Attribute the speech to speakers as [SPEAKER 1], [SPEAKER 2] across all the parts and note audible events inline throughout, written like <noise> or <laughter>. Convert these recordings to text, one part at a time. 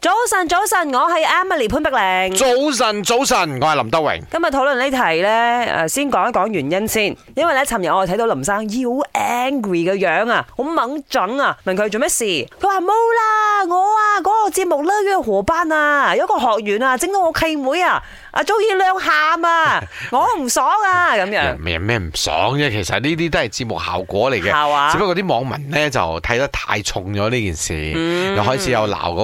[SPEAKER 1] 早晨，早晨，我係 Emily 潘碧玲。
[SPEAKER 2] 早晨，早晨，我係林德榮。
[SPEAKER 1] 今日討論呢題呢，诶，先講一講原因先，因為呢，尋日我哋睇到林生好 angry 嘅樣啊，好猛整啊，問佢做咩事，佢話冇啦，我啊嗰、個節目呢，約何班啊，有一個學員啊，整到我契妹啊，啊早已兩
[SPEAKER 2] <laughs>
[SPEAKER 1] 喊啊，我唔爽啊，咁樣。
[SPEAKER 2] 有咩唔爽啫？其實呢啲都係節目效果嚟
[SPEAKER 1] 係啊嘛
[SPEAKER 2] 嘅，只不過啲網民咧就睇得太重咗呢件
[SPEAKER 1] 嗯
[SPEAKER 2] 事，又開始有鬧嗰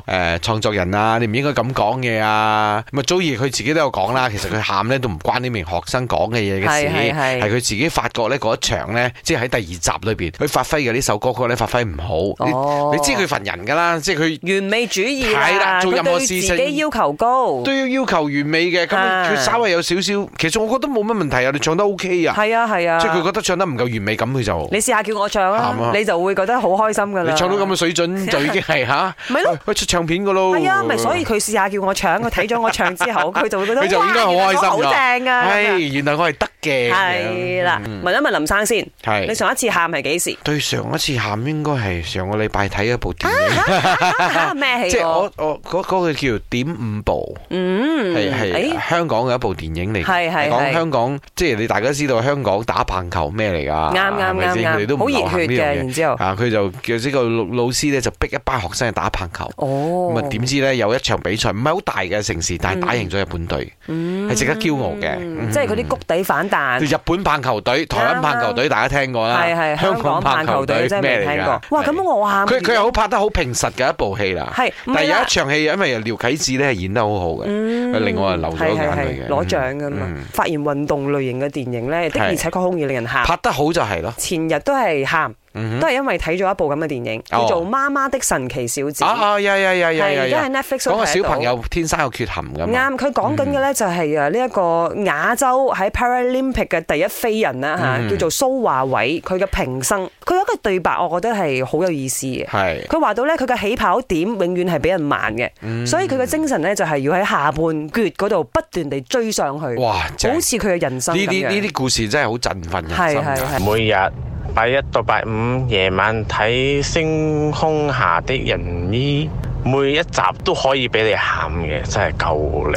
[SPEAKER 2] 個誒創作人啊，你唔應該咁講嘢啊。咁啊，早兒佢自己都有講啦，其實佢喊咧都唔關呢名學生講嘅嘢嘅事，
[SPEAKER 1] 係係係
[SPEAKER 2] 係佢自己發覺咧嗰一場咧，即係喺第二集裏邊，佢發揮嘅呢首歌曲咧發揮唔 <laughs> 好。你
[SPEAKER 1] 哦
[SPEAKER 2] 你知佢份人㗎啦，即係佢。
[SPEAKER 1] 完美主義
[SPEAKER 2] 係
[SPEAKER 1] 啦，
[SPEAKER 2] 啦做
[SPEAKER 1] 佢
[SPEAKER 2] 任
[SPEAKER 1] 對
[SPEAKER 2] 何
[SPEAKER 1] 自
[SPEAKER 2] 事情
[SPEAKER 1] 己要求高
[SPEAKER 2] 都。要要求完美嘅，咁
[SPEAKER 1] 啊
[SPEAKER 2] 佢稍微有少少，其實我覺得冇乜問題啊，你唱得 OK 啊，
[SPEAKER 1] 係啊係啊，
[SPEAKER 2] 即係佢覺得唱得唔夠完美，咁佢就
[SPEAKER 1] 你試下叫我唱啦
[SPEAKER 2] 喊，啊
[SPEAKER 1] 你就會覺得好開心噶啦。
[SPEAKER 2] 你唱到咁嘅水準就已經
[SPEAKER 1] <laughs>
[SPEAKER 2] 係吓，
[SPEAKER 1] 咪咯
[SPEAKER 2] 喂出唱片噶咯，
[SPEAKER 1] 係啊，咪所以佢試下叫我搶，我睇咗我唱之後，佢就會覺得
[SPEAKER 2] 佢就應該好
[SPEAKER 1] 哇
[SPEAKER 2] 開
[SPEAKER 1] 原來
[SPEAKER 2] 心
[SPEAKER 1] 我好
[SPEAKER 2] 㗎
[SPEAKER 1] 正啊！咁
[SPEAKER 2] 唉
[SPEAKER 1] 樣
[SPEAKER 2] 原來我係得嘅，
[SPEAKER 1] 係啦，
[SPEAKER 2] 嗯
[SPEAKER 1] 問一問林生先，你
[SPEAKER 2] 係。
[SPEAKER 1] 上一次喊係幾
[SPEAKER 2] <laughs>
[SPEAKER 1] 時？
[SPEAKER 2] 對上一次喊應該係上個禮拜睇一部電影，
[SPEAKER 1] 啊咩戲
[SPEAKER 2] 即係
[SPEAKER 1] 喎？
[SPEAKER 2] 我我嗰嗰個叫做點五步，
[SPEAKER 1] 嗯，
[SPEAKER 2] 係係
[SPEAKER 1] 誒
[SPEAKER 2] 香港嘅一部電影嚟嘅，
[SPEAKER 1] 係係係
[SPEAKER 2] 講香港，即係你大家知道香港打棒球咩嚟㗎？
[SPEAKER 1] 啱
[SPEAKER 2] 啊係
[SPEAKER 1] 啱
[SPEAKER 2] 咪先佢
[SPEAKER 1] 啱
[SPEAKER 2] 哋都
[SPEAKER 1] 啱，
[SPEAKER 2] 唔
[SPEAKER 1] 好
[SPEAKER 2] 流行
[SPEAKER 1] 熱
[SPEAKER 2] 呢
[SPEAKER 1] 血
[SPEAKER 2] 樣
[SPEAKER 1] 嘅，
[SPEAKER 2] 嘢
[SPEAKER 1] 然之後，
[SPEAKER 2] 啊，佢就叫呢個老老師咧就逼一班學生去打棒球。咁啊
[SPEAKER 1] 哦，
[SPEAKER 2] 點知咧有一場比賽，唔係好大嘅城市，但係打贏咗日本隊，係值得驕傲嘅。
[SPEAKER 1] 嗯
[SPEAKER 2] 嗯
[SPEAKER 1] 即係嗰啲谷底反彈。
[SPEAKER 2] 日本棒球隊、台灣棒球隊大家聽過啦，
[SPEAKER 1] 係係香港棒球隊真係未聽過
[SPEAKER 2] 㗎。
[SPEAKER 1] 哇，咁我喊
[SPEAKER 2] 佢佢又好拍得好平實嘅一部戲啦。
[SPEAKER 1] 啊係唔
[SPEAKER 2] 但係
[SPEAKER 1] 係
[SPEAKER 2] 有
[SPEAKER 1] 啦嗯
[SPEAKER 2] 一？場戲，因為廖啟智咧係演得好好嘅，令我係啊流咗
[SPEAKER 1] 係
[SPEAKER 2] 眼
[SPEAKER 1] 係
[SPEAKER 2] 淚
[SPEAKER 1] 係
[SPEAKER 2] 嘅。
[SPEAKER 1] 攞獎噶嘛
[SPEAKER 2] 嗯，
[SPEAKER 1] 發現運動類型嘅電影咧，的而且確好容易令人喊。
[SPEAKER 2] 拍得好就係咯。
[SPEAKER 1] 前日都係喊，
[SPEAKER 2] 嗯
[SPEAKER 1] 都係因為睇咗一部咁嘅電影，叫做
[SPEAKER 2] 哦
[SPEAKER 1] 《媽媽的神奇小子
[SPEAKER 2] 哼，》，啊啊啊呀呀呀呀
[SPEAKER 1] 係
[SPEAKER 2] 呀
[SPEAKER 1] 而家喺
[SPEAKER 2] 呀！
[SPEAKER 1] Netflix
[SPEAKER 2] 講
[SPEAKER 1] 都
[SPEAKER 2] 個
[SPEAKER 1] 睇
[SPEAKER 2] 小
[SPEAKER 1] 到
[SPEAKER 2] 朋。友啊嗯天生有缺陷㗎嘛。
[SPEAKER 1] 啱，佢講緊嘅咧就係誒呢一個亞洲喺 Paralympic 嘅第一飛人啦嚇，
[SPEAKER 2] 嗯
[SPEAKER 1] 叫做蘇華偉，佢嘅平生，佢有一個對白，我覺得係好有意思嘅。
[SPEAKER 2] 係
[SPEAKER 1] 佢話到咧，佢嘅起跑點永遠係俾人慢嘅，
[SPEAKER 2] 嗯
[SPEAKER 1] 所以佢嘅精神咧就係要喺下半橛嗰度不斷地追上去，好
[SPEAKER 2] 哇，正！呢
[SPEAKER 1] 似佢嘅人生咁
[SPEAKER 2] 啲呢
[SPEAKER 1] 樣。
[SPEAKER 2] 啲故事真係好振奮人
[SPEAKER 1] 係係
[SPEAKER 2] 心啊
[SPEAKER 1] 係
[SPEAKER 2] 㗎。
[SPEAKER 3] 每日拜一到拜五夜晚睇《星空下的人衣》，每一集都可以俾你喊嘅，真係夠力。